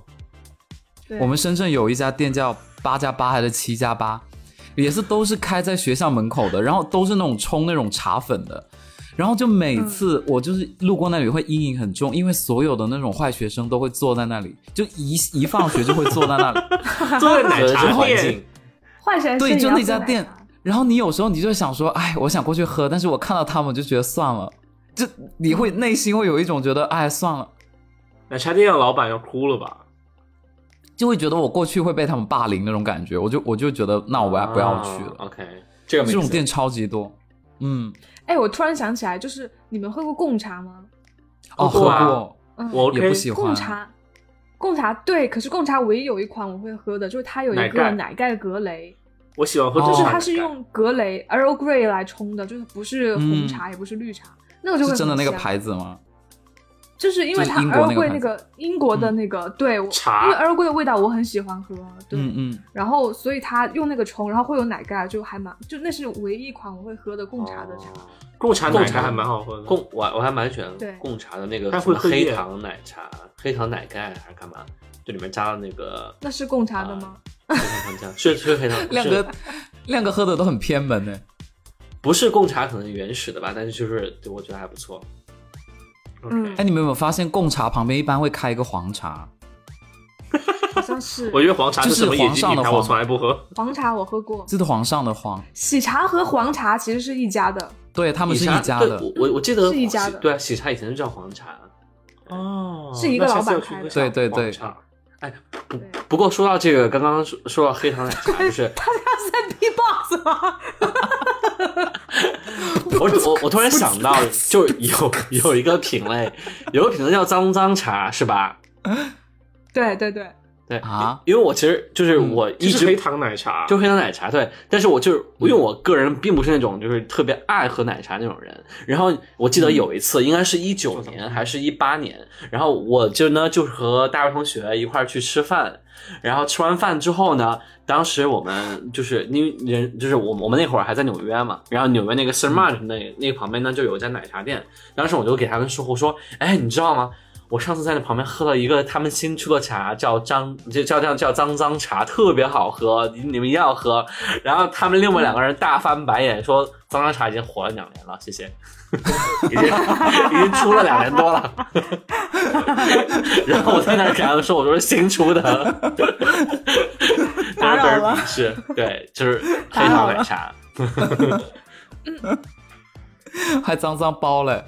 (laughs) 对，我们深圳有一家店叫八加八还是七加八，也是都是开在学校门口的，然后都是那种冲那种茶粉的，然后就每次我就是路过那里会阴影很重，因为所有的那种坏学生都会坐在那里，就一一放学就会坐在那里，坐在奶和这茶环店境，换起来啊对，就那家店店。然后你有时候你就想说，哎，我想过去喝，但是我看到他们我就觉得算了，就你会内心会有一种觉得，哎，算了，奶茶店的老板要哭了吧？就会觉得我过去会被他们霸凌那种感觉，我就我就觉得那我不要去了。啊 OK，这个这 make 种 sense 店超级多，嗯，哎，我突然想起来，就是你们喝过贡茶吗？哦，喝喝过啊过，嗯，我 OK，也不喜欢贡。茶，贡茶对，可是贡茶唯一有一款我会喝的，就是它有奶一盖个奶盖格雷，我喜欢喝哦这就是种奶盖，它是用格雷 Earl Grey 来冲的，就是不是红茶、也不是绿茶，那个就会嗯是真的很那个香，牌子吗？就是因为就是它英国 Earl Grey 那那个牌子嗯个英国的那个对我茶因为 Earl Grey 的味道我很喜欢喝，对，嗯嗯，然后所以它用那个冲，然后会有奶盖，就还蛮就那是唯一一款我会喝的贡茶的茶，哦贡茶奶贡茶茶还蛮好喝的。贡我我还蛮喜欢对贡茶的那个它什会么喝黑液糖奶茶、黑糖奶盖还是干嘛，就里面加了那个 (laughs) 那是贡茶的吗？黑糖糖浆，是是黑糖， (laughs) 亮是哥，亮哥喝的都很偏门呢。不是贡茶可能原始的吧，但是就是对我觉得还不错。啊 (laughs) 嗯哎，，你们有没有发现贡茶旁边一般会开一个黄茶？好像是我觉得黄茶就是什么野皇鸡上品的牌，皇我从来不喝。黄茶我喝过，这是皇上的皇，喜茶和黄茶其实是一家的。对他们是喜茶一家对的。我我我记得是一家的对啊，喜茶以前是叫黄茶。哦是一个老板开的对对对哎，不对不过说到这个，刚刚说说到黑糖奶茶， (laughs) 就是他是在 B box 吗？ (laughs) 我我我突然想到，就有有一个品类，有个品类叫脏脏茶，是吧？对对对，对啊， (laughs) 因为我其实就是嗯我一一直直黑糖奶茶，就黑糖奶茶，对。但是我就是因为我个人并不是那种就是特别爱喝奶茶那种人。然后我记得有一次，应该是一九年还是一八年，然后我就呢就是和大学同学一块儿去吃饭，然后吃完饭之后呢，当时我们就是因为人就是我我们那会儿还在纽约嘛，然后纽约那个 s i r m a r t 那那旁边呢就有一家奶茶店，当时我就给他们说我说，哎，你知道吗？我上次在那旁边喝了一个他们新出的茶，叫张，就叫叫叫脏脏茶，特别好喝，你你们一定要喝。然后他们另外两个人大翻白眼，说脏脏茶已经火了两年了，谢谢，已经已经出了两年多了。然后我在那儿给他们说，我说是新出 (laughs) 的，打扰了是，对，就是黑糖奶茶。还脏脏包嘞。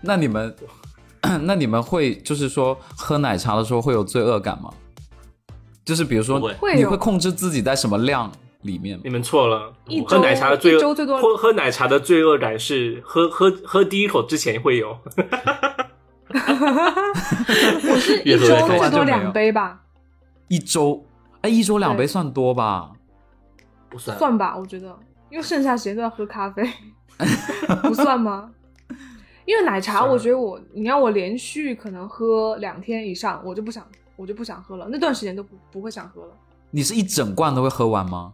那你们， (clears throat) 那你们会就是说喝奶茶的时候会有罪恶感吗？就是比如说不会，会你有会控制自己在什么量里面吗你？们错了一。喝周奶茶的罪一恶，周最多喝喝奶茶的罪恶感是喝喝喝第一口之前会有，我是一越周喝越开心最多两杯吧，一周，哎，一周两对杯算多吧？不算算吧，我觉得，因为剩下时间都要喝 (laughs) 咖啡，不算吗？因为奶茶，算我觉得我你让我连续可能喝两天以上，我就不想，我就不想喝了，那段时间都不不会想喝了，你是一整罐都会喝完吗？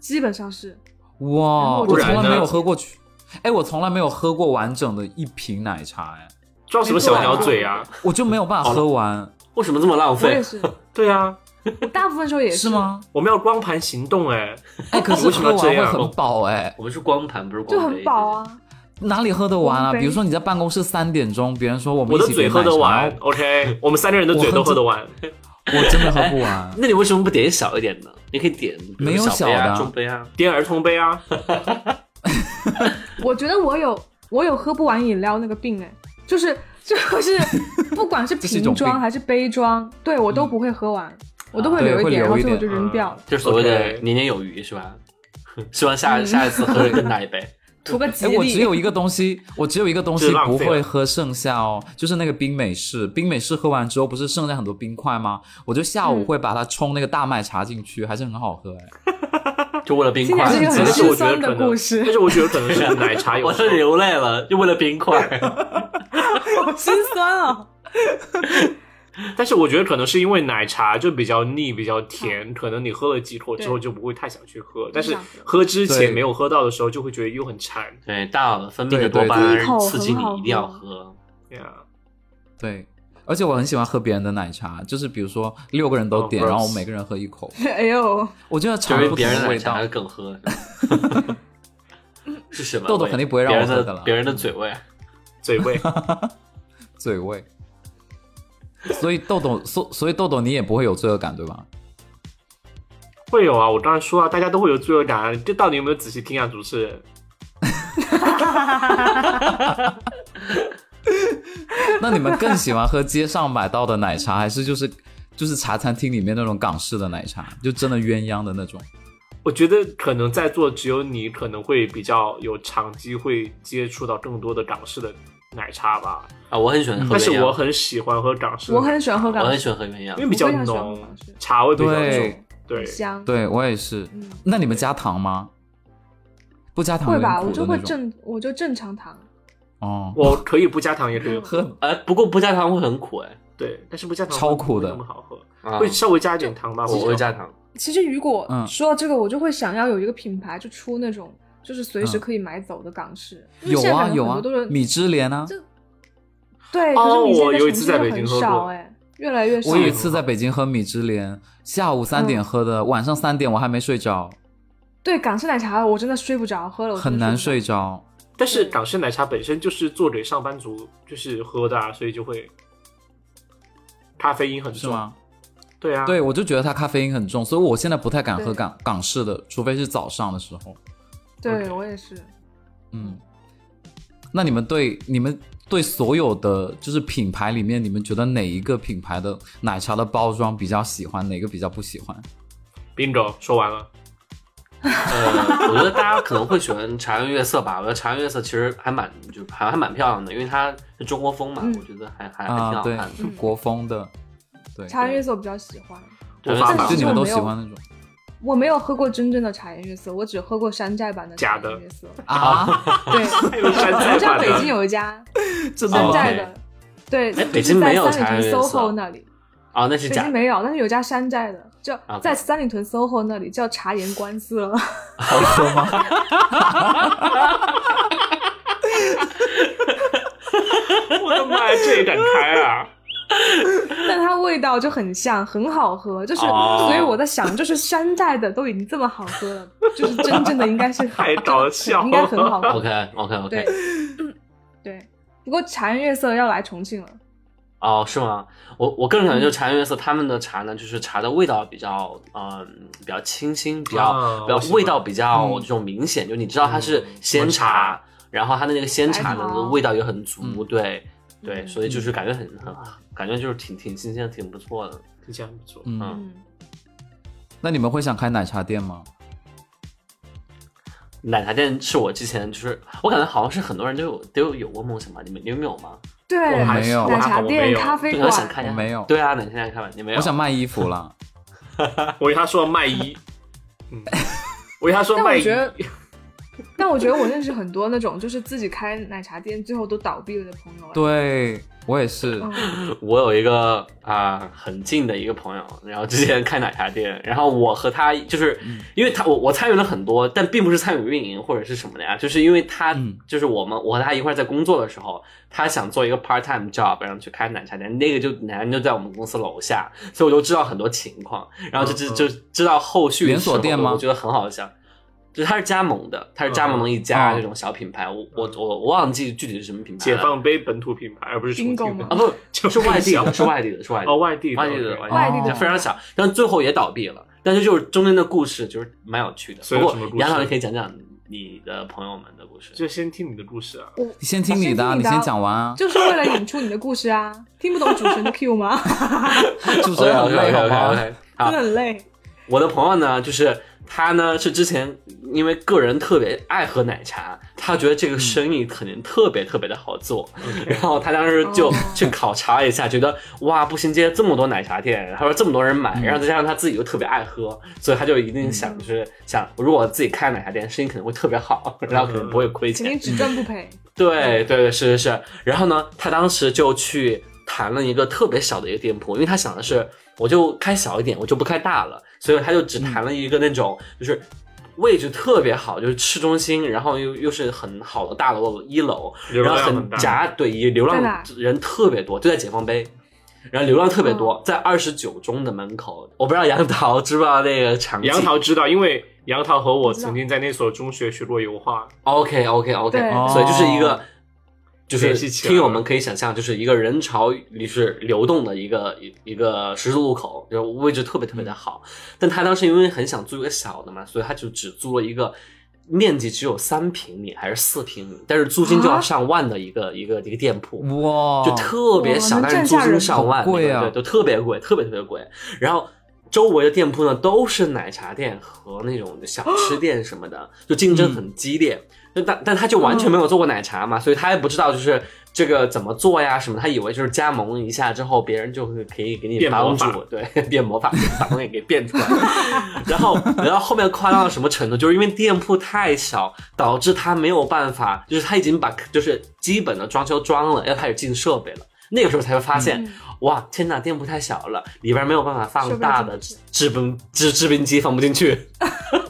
基本上是哇，不我然从来呢没有喝过去，哎，我从来没有喝过完整的一瓶奶茶，哎，装什么小鸟嘴 (laughs) 啊？我就没有办法喝完，为什么这么浪我也费？是，对啊，我大部分时候也是？吗？我们要光盘行动哎，哎，可是为什么喝要完这会样很饱，哎，我们是光盘，不是光就杯很饱。啊，哪里喝得完啊？光杯比如说你在办公室三点钟，别人说我们我一的起嘴点喝奶得茶完，，OK，我们三个人的嘴都喝得完。我真的喝 (laughs) 不完。哎那你为什么不点小一点呢？你可以点比如没有杯小的啊、啊中杯啊。点儿童杯啊，我觉得我有我有喝不完饮料那个病哎，就是 (laughs) 就是，不管是这是一瓶种装病嗯啊还是杯装，对我都不会喝完，我都会对留一会点，然留后一最后就点嗯扔掉了，就是所谓的 OK 年年有余是吧？ (laughs) 希望下嗯下一次喝更大一 (laughs) 杯。图个吉哎，利。我只有一个东西，我只有一个东 (laughs) 这西浪不费了会喝剩下哦，就是那个冰美式。冰美式喝完之后不是剩下很多冰块吗？我就下嗯午会把它冲那个大麦茶进去，还是很好喝哎。就为了冰听起来块，是一个很但是心我觉得酸可的能故，事但，是我觉得可能是奶 (laughs) 茶有我是流泪了，就为了冰块。好心酸 (laughs) 啊！但是我觉得可能是因为奶茶就比较腻、比较嗯甜，可能你喝了几口之后就不会太想去喝，但是喝之对前没有喝到的时候就会觉得又很馋。 (laughs) 对，大脑的分泌对的多对巴对胺刺激你一定要第喝。对啊，对，而且我很喜欢喝别人的奶茶，就是比如说六个人都哦点， gross 然后我每个人喝一口，哎呦，我觉得就尝是不别同人的奶的味茶道。更喝，是什么味？豆豆肯定不会让我别人喝的了别人的嘴味。嘴味，嘴味。所以豆豆，所所以豆豆，你也不会有罪恶感，对吧？ (laughs) 会有啊，我刚才说啊，大家都会有罪恶感啊，这到底有没有仔细听啊，主持人？那你们更喜欢喝街上买到的奶茶，还是就是就是茶餐厅里面那种港式的奶茶，就真的鸳鸯的那种？我觉得可能在座只有你可能会比较有长机会接触到更多的港式的奶茶吧，啊，我很喜欢喝鸳鸯，但是我很喜欢喝港式的嗯我奶茶，很喜欢喝我港很式，喜欢喝鸳因鸯为，比较我非常喜欢喝浓港式，茶味比较对重，对很，香。对我也是。嗯，那你们加糖吗？不加糖会有点吧？苦我的就那会种。正，我就正常糖。哦，我可以不加糖也可以喝，喝哎，不过不加糖会很苦哎，对，但是不加糖超苦的不会那么好喝。啊会稍微加一点糖吧，我会会。加糖，其实雨果嗯说到这个，我就会想要有一个品牌，就出那种就是随时嗯可以买走的港式。因为有现在啊可能有很啊多都是，米芝莲啊。对，哦可是米我有一次现在在北城市京很喝少过哎，越来越少。我有一次在北京喝米芝莲，下午三点嗯喝的，晚上三点我还没睡着，对港式奶茶，我真的睡不着，喝了我真很的难不着睡着。但是港式奶茶本身就是做给上班族就是喝的啊，所以就会咖啡因很是重。吗？对啊，对，我就觉得它咖啡因很重，所以我现在不太敢喝对港港式的，除非是早上的时候。对 OK 我也是，嗯，那你们对你们对所有的就是品牌里面，你们觉得哪一个品牌的奶茶的包装比较喜欢，哪个比较不喜欢？ ，bingo，说完了。呃，我觉得大家可能会喜欢茶颜悦色吧。我觉得茶颜悦色其实还蛮，就还还蛮漂亮的，因为它是中国风嘛，嗯我觉得还还还哎挺啊，好对看的。，就国风的，对，茶颜悦色我比较喜欢。我对发但吧其就实你我们都嗯没喜有欢那种我没有喝过真正的茶颜悦色，我只喝过山寨版的假茶的颜 (laughs) 悦色。啊？ (laughs) 对，山我寨知道版北京的，有一家真山哦寨对的，哎对，就北京是在没有三里茶屯颜悦色 SOHO 那里，啊，那是北假京的。没有，但是有一家山寨的，叫 OK 在三里屯 SOHO 那里叫茶颜观色。好喝 (laughs) 吗？我的妈呀，这也敢开啊！但它味道就很像，很好喝，就是、哦所以我在想，就是山寨的都已经这么好喝了，就是真正的应该是太搞笑了应该很好 (laughs) 喝。 OK OK OK，对，对。不过茶颜悦色要来重庆了，哦，是吗？我我个人嗯感觉，就茶颜悦色他们的茶呢，就是茶的味道比较，嗯，比较清新，比较、啊比我喜较欢味道比较嗯这种明显，就你知道它是嗯鲜我茶，然后它的那个鲜茶白的糖味道也很足，嗯对对，哦嗯所以就是感觉很很，感觉就是挺挺新鲜，挺不错的。你这样不错，嗯，嗯，那你们会想开奶茶店吗？奶茶店是我之前就是，我感觉好像是很多人都有都有有过梦想吧，你们你们有吗？对，我还奶没有我还茶我没店、有咖啡对，馆我，想看一下。我没有对啊，奶茶店看吧，你没有。我想卖衣服啦。我以为他说卖衣，嗯，我以为他说但卖我衣觉，得，但我觉得我认识很多那种就是自己开奶茶店最后都倒闭了的朋友。，啊对我也是，嗯，我有一个啊、很近的一个朋友，然后之前开奶茶店，然后我和他就是，嗯因为他我我参与了很多，但并不是参与运营或者是什么的呀，就是因为他、嗯就是我们我和他一块儿在工作的时候，他想做一个 part time job，然后去开奶茶店，那个就奶茶店就在我们公司楼下，所以我就知道很多情况，然后就知嗯嗯就知道后续连锁店吗是否我觉得很好笑。就是他是加盟的，他是加盟了一家嗯这种小品牌，我我我我忘记具体是什么品牌解了放碑本土品牌，而不是重 Bingo 庆吗啊的。不 (laughs) 就是外地的，小是外地的，是外地的哦，外地外地的， OK 地外地哦的非常小，但最后也倒闭了。但是就是中间的故事就是蛮有趣的。所以不有什么过故事杨老师可以讲讲你的朋友们的故事？就先听你的故事啊。你先听你的啊，先听你你的啊先讲 (laughs) 完啊。就是为了引出你的故事啊！听不懂主持人的 Q 吗？主持人哦很累好 OK，OK，OK，OK，吗？好真的很累。我的朋友呢，就是他呢是之前因为个人特别爱喝奶茶，他觉得嗯这个生意肯定特别特别的好做， (laughs) 然后他当时就哦去考察了一下，觉得哇，步行街这么多奶茶店，他说这么多人嗯买，然后再加上他自己又特别爱喝，所以他就一定嗯想就是想，如果我自己开奶茶店，生意肯定会特别好，然后肯定不会亏肯钱定。只赚不赔。对对对，是是是。然后呢，他当时就去谈了一个特别小的一个店铺，因为他想的是，我就开小一点，我就不开大了，所以他就只谈了一个那种、就是。位置特别好，就是市中心，然后又又是很好的大楼，一楼，流然量后很大夹，对，也流在浪哪人特别多，就在解放碑，然后流浪特别多，在二十九中的门口，我不知道杨桃知不知道那个场景杨桃知道，因为杨桃和我知道曾经在那所中学学过油画。 OK OK OK，对所以就是一个哦，就联系是起来听友们可以想象，就是一个人潮就是流动的一个一一个十字路口，然后位置特别特别的好。嗯但他当时因为很想租一个小的嘛，所以他就只租了一个面积只有三平米还是四平米，但是租金就要啊上万的一个一个一个店铺。哇，就特别小，哇但那是占租下金人上万，口贵啊对，都特别贵，特别特别贵。然后周围的店铺呢都是奶茶店和那种小 (gasps) 吃店什么的，就竞争很激烈。嗯那但但他就完全没有做过奶茶嘛，所以他也不知道就是这个怎么做呀什么，他以为就是加盟一下之后，别人就会可以给你变魔帮法助，对， (laughs) 变魔法，把东西给变出来。 (laughs) 然后，然后后面夸张到什么程度？就是因为店铺太小，导致他没有办法，就是他已经把就是基本的装修装了，要开始进设备了。那个时候才会发现，哇，天哪，店铺太小了，里边没有办法嗯设放备大进的不去制冰制制冰机，放不进去。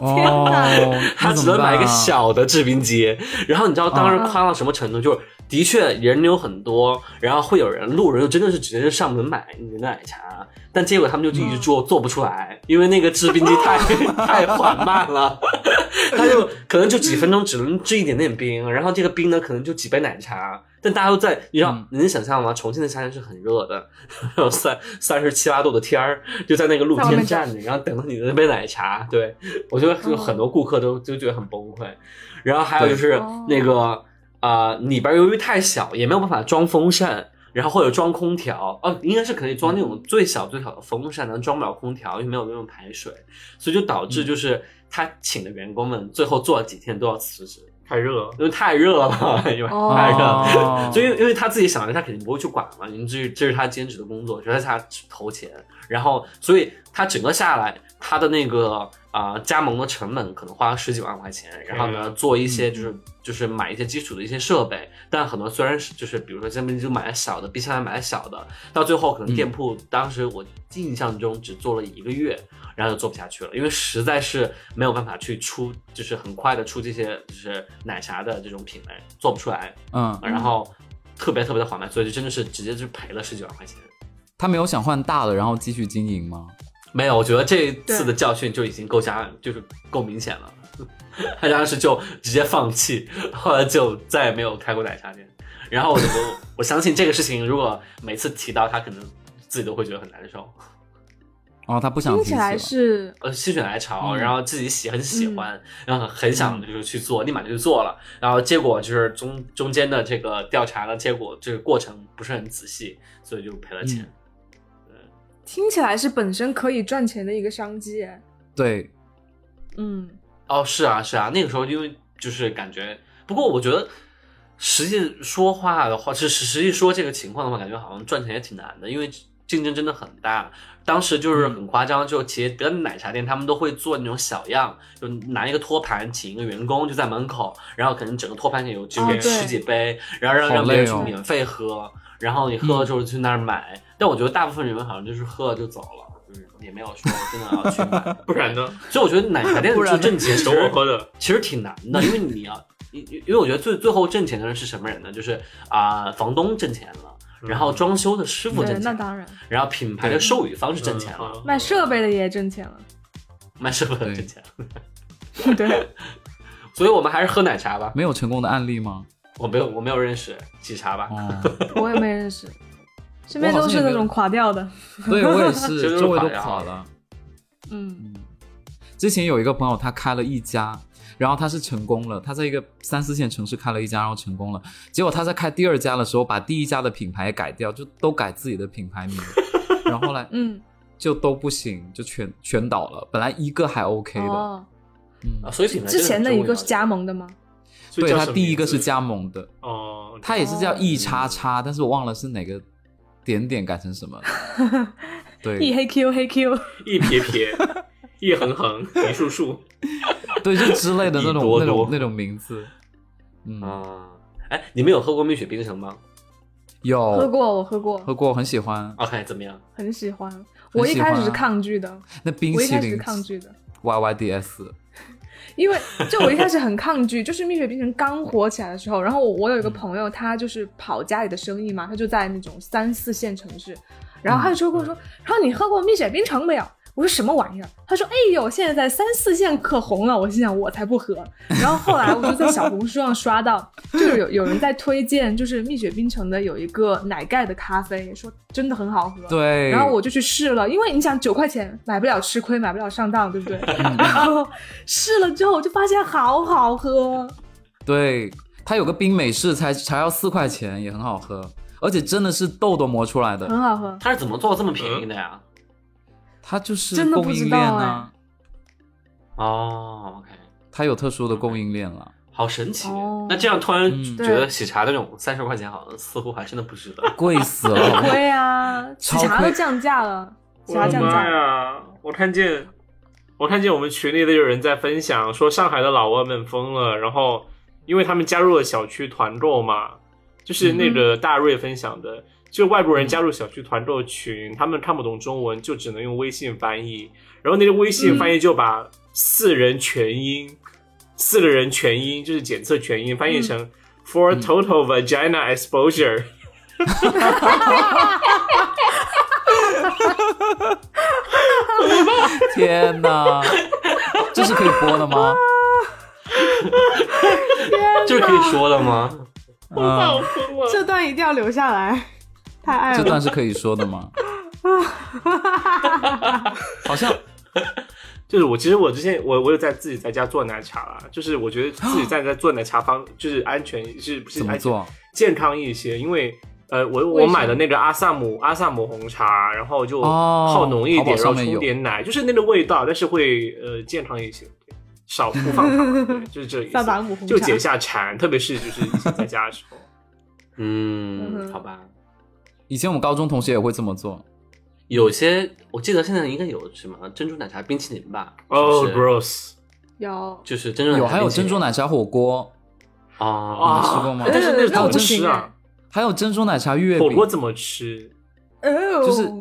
哦， (laughs) 他只能买一个小的制冰机。然后你知道嗯当时夸到什么程度？就是的确人流很多，然后会有人路人就真的是直接就上门买你的奶茶，但结果他们就一直做、做不出来，因为那个制冰机 (laughs) 太 (laughs) 太缓慢了。 (laughs) 他就可能就几分钟只能制一点点冰，然后这个冰呢可能就几杯奶茶，但大家都在，你知道、嗯你能想象吗？重庆的夏天是很热的， (laughs) 然后三三十七八度的天儿，就在那个露在外天面站着，然后等到你的那杯奶茶，对，我觉得哦就很多顾客都就觉得很崩溃。然后还有就是对哦那个啊、呃里边由于太小，也没有办法装风扇，然后或者装空调，哦，应该是可以装那嗯种最小最小的风扇，但装不了空调，又没有那种排水，所以就导嗯致就是他请的员工们最后做了几天都要辞职，太热了，因为太热了嘛，因为哦太热了。哦所以，因为他自己想着他肯定不会去管嘛，因为这是这是他兼职的工作，觉得他投钱，然后所以他整个下来，他的那个啊、呃加盟的成本可能花了十几万块钱，然后天呢啊做一些就是就是买一些基础的一些设备，但很多虽然是就是比如说这边就买了小的，冰箱还买了小的，到最后可能店铺当时我印象中只做了一个月，然后就做不下去了，因为实在是没有办法去出就是很快的出这些就是奶茶的这种品类，做不出来。嗯，然后特别特别的缓慢，所以就真的是直接就赔了十几万块钱。他没有想换大的，然后继续经营吗？没有，我觉得这次的对教训就已经够加，就是够明显了。 (laughs) 他当时就直接放弃，后来就再也没有开过奶茶店。然后我就我相信这个事情，如果每次提到他，可能自己都会觉得很难受，哦，他不想听提起了来是呃，心血来潮，嗯然后自己喜很喜欢，然后很想就是去做，立马就去做了。然后结果就是中中间的这个调查的结果，这个过程不是很仔细，所以就赔了钱。嗯听起来是本身可以赚钱的一个商机耶，对，嗯，哦，是啊，是啊，那个时候因为就是感觉，不过我觉得实际说话的话，是实实际说这个情况的话，感觉好像赚钱也挺难的，因为竞争真的很大。当时嗯就是很夸张，就企业别的奶茶店他们都会做那种小样，就拿一个托盘请一个员工就在门口，然后可能整个托盘里有就哦给对十几杯，然后让让好别人累去哦嗯免费喝，然后你喝了之后就去那儿买。但我觉得大部分人好像就是喝了就走了。就是也没有说真的要去 (laughs) 买，不然呢？所以我觉得奶茶 (laughs) 店不然就挣呢钱， (laughs) 等我喝的，其实挺难的，因为你要，因因因为我觉得最最后挣钱的人是什么人呢？就是啊、房东挣钱了，然嗯后装修的师傅挣，对那钱了，当然，然后品牌的授予方是挣钱了，嗯卖设备的也挣钱了，卖师傅的对挣钱了。对，所以我们还是喝奶茶吧。没有成功的案例吗？我没有，我没有认识喜茶吧。 (laughs) 哦，我也没认识，身边我好都像也是没那有种垮掉的，对我这也，就是啊周围都垮垮掉了。嗯，之前有一个朋友，他开了一家，然后他是成功了，他在一个三四线城市开了一家，然后成功了。结果他在开第二家的时候，把第一家的品牌也改掉，就都改自己的品牌名，然后后来嗯，就都不行，就全全倒了。本来一个还 OK 的，哦，啊，嗯，所以品牌之前的一个是是加盟的吗？所以对叫他什么第一个名字是加盟的，哦，他也是叫哦 E 叉叉，但是我忘了是哪个点点改成什么了。一对黑 Q 黑 Q，一撇撇，一横横，一竖竖，对，就之类的那一种多那多种那种名字。嗯，嗯，哎，你们有喝过蜜雪冰城吗有喝过我喝过，喝过，很喜欢。 ？OK，怎么样？很喜欢。我一开始是抗拒的，那冰我一淇开始是淋抗拒的， Y Y D S，因为就我一开始很抗拒，就是蜜雪冰城刚火起来的时候，然后我我有一个朋友，他就是跑家里的生意嘛，他就在那种三四线城市，然后他就跟我说，他说你喝过蜜雪冰城没有？我说什么玩意儿？他说哎呦，现在在三四线可红了。我心想我才不喝。然后后来我就在小红书上刷到，就是有有人在推荐，就是蜜雪冰城的有一个奶盖的咖啡，说真的很好喝。对。然后我就去试了，因为你想九块钱买不了吃亏，买不了上当，对 (laughs) 不对？然后试了之后，我就发现好好喝，对它有个冰美式才才要四块钱，也很好喝，而且真的是豆豆磨出来的，很好 (laughs) 喝。它是怎么做到这么便宜的呀？它就是真的不供知应道链哎啊，哦，OK，它有特殊的供应链了。好神奇啊哦。那这样突然嗯觉得喜茶那种三十块钱好像似乎还真的不值得。贵死了，好不好亏啊，喜哦超茶都亏降价了，喜我茶的降妈价。呀！我看见，我看见我们群里的有人在分享说，上海的老外们疯了，然后因为他们加入了小区团购嘛，就是那个大瑞分享的，就外国人加入小区团购群，他们看不懂中文，就只能用微信翻译，然后那个微信翻译就把四人全音，四个人全音就是检测全音，翻译成、for total vagina exposure。(laughs) 天哪！这是可以播的吗？这是可以说的吗？嗯，疯了这段一定要留下来，太爱这了。段是可以说的吗？好像就是我，其实我之前我我有在自己在家做奶茶啦，就是我觉得自己在家做奶茶方 (gasps) 就是安全是不是怎么安全做？健康一些，因为呃我为我什么买的那个阿萨姆阿萨姆红茶，然后就哦泡浓一淘宝点，然后上面出有点奶，就是那个味道，但是会呃健康一些，对少不放糖，对就是这个意萨思，达姆红就茶解，下馋，特别是就是以前在家的时 (laughs) 候， (laughs) 嗯，嗯好吧。以前我们高中同学也会这么做，有些我记得现在应该有什么珍珠奶茶冰淇淋吧？哦是不是，gross，有哦就是珍珠奶茶有还有冰淇淋珍珠奶茶火锅，哦你啊们吃过吗？但是那个呃那我怎么不吃行啊？还有珍珠奶茶月火饼锅。怎么吃？哦，就是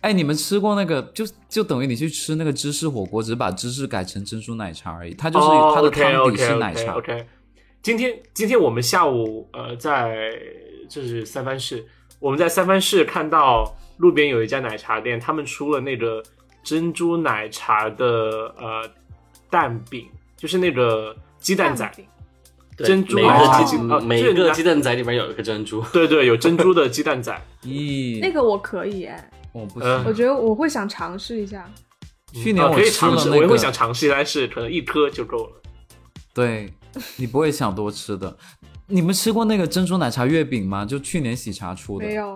哎，你们吃过那个？就就等于你去吃那个芝士火锅，只是把芝士改成珍珠奶茶而已。它就是哦它的汤底是奶茶。 o k o k 今天今天我们下午呃在就是三藩市，呃我们在三藩市看到路边有一家奶茶店，他们出了那个珍珠奶茶的呃蛋饼，就是那个鸡蛋仔蛋，饼对珍珠每奶茶个鸡啊每这个个拿鸡蛋仔里面有一个珍珠。对对，有珍珠的鸡蛋仔。咦，那个我可以哎，我不呃我行。觉得我会想尝试一下。 (laughs) 去年啊我可以吃了尝试，那我也会个想尝试，但是可能一颗就够了。对，你不会想多吃的。你们吃过那个珍珠奶茶月饼吗？就去年喜茶出的，没有，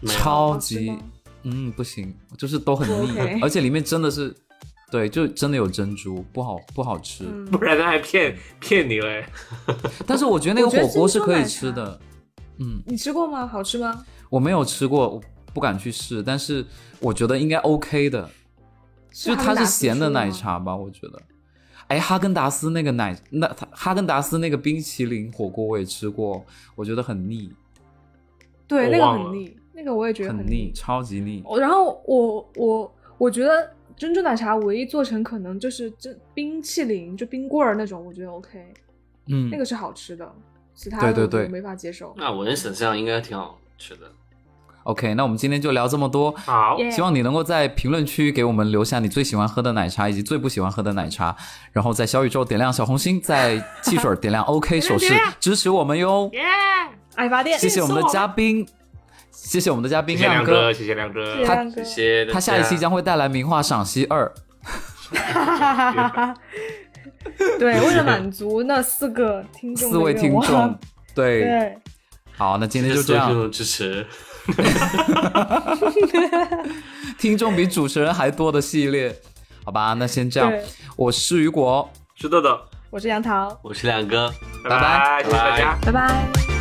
没有超好吃级吗，嗯，不行，就是都很腻 OK 而且里面真的是，对，就真的有珍珠，不好不好吃。嗯，不然他还骗骗你嘞！但是我觉得那我觉个得火锅是可以珍珠吃奶茶的，嗯，你吃过吗？好吃吗？我没有吃过，我不敢去试，但是我觉得应该 OK 的，就哈它根达是斯咸的出奶吗，茶吧，我觉得。哎，哈根达斯那个奶，那它哈根达斯那个冰淇淋火锅我也吃过，我觉得很腻，对，我那个忘了很腻，那个我也觉得很腻腻，。超级腻。我然后我我我觉得珍珠奶茶唯一做成可能就是这冰淇淋，就冰棍儿那种，我觉得 OK，、嗯那，个是好吃的，其他对的对我就对没法接受。那我能想象应该挺好吃的。 OK，那我们今天就聊这么多。好，耶希望你能够在评论区给我们留下你最喜欢喝的奶茶以及最不喜欢喝的奶茶，然后在小宇宙点亮小红心，在汽水点亮 OK 手势，支持我们哟！爱发电，谢谢我们的嘉宾，谢谢我们的嘉谢宾谢亮亮哥，谢谢亮哥谢谢。他亮谢，哥啊谢大家。他下一期将会带来《名画赏析二》。 (laughs) 对，为了满足那四个听众四的位听愿望众，(laughs) 对，对，好，那今天谢谢就所这有听样众。的支持，听众比主持人还多的系列，好吧，那先这样对，我是雨果，是的的，我是杨桃，我是亮哥。拜拜，谢谢大家。拜拜。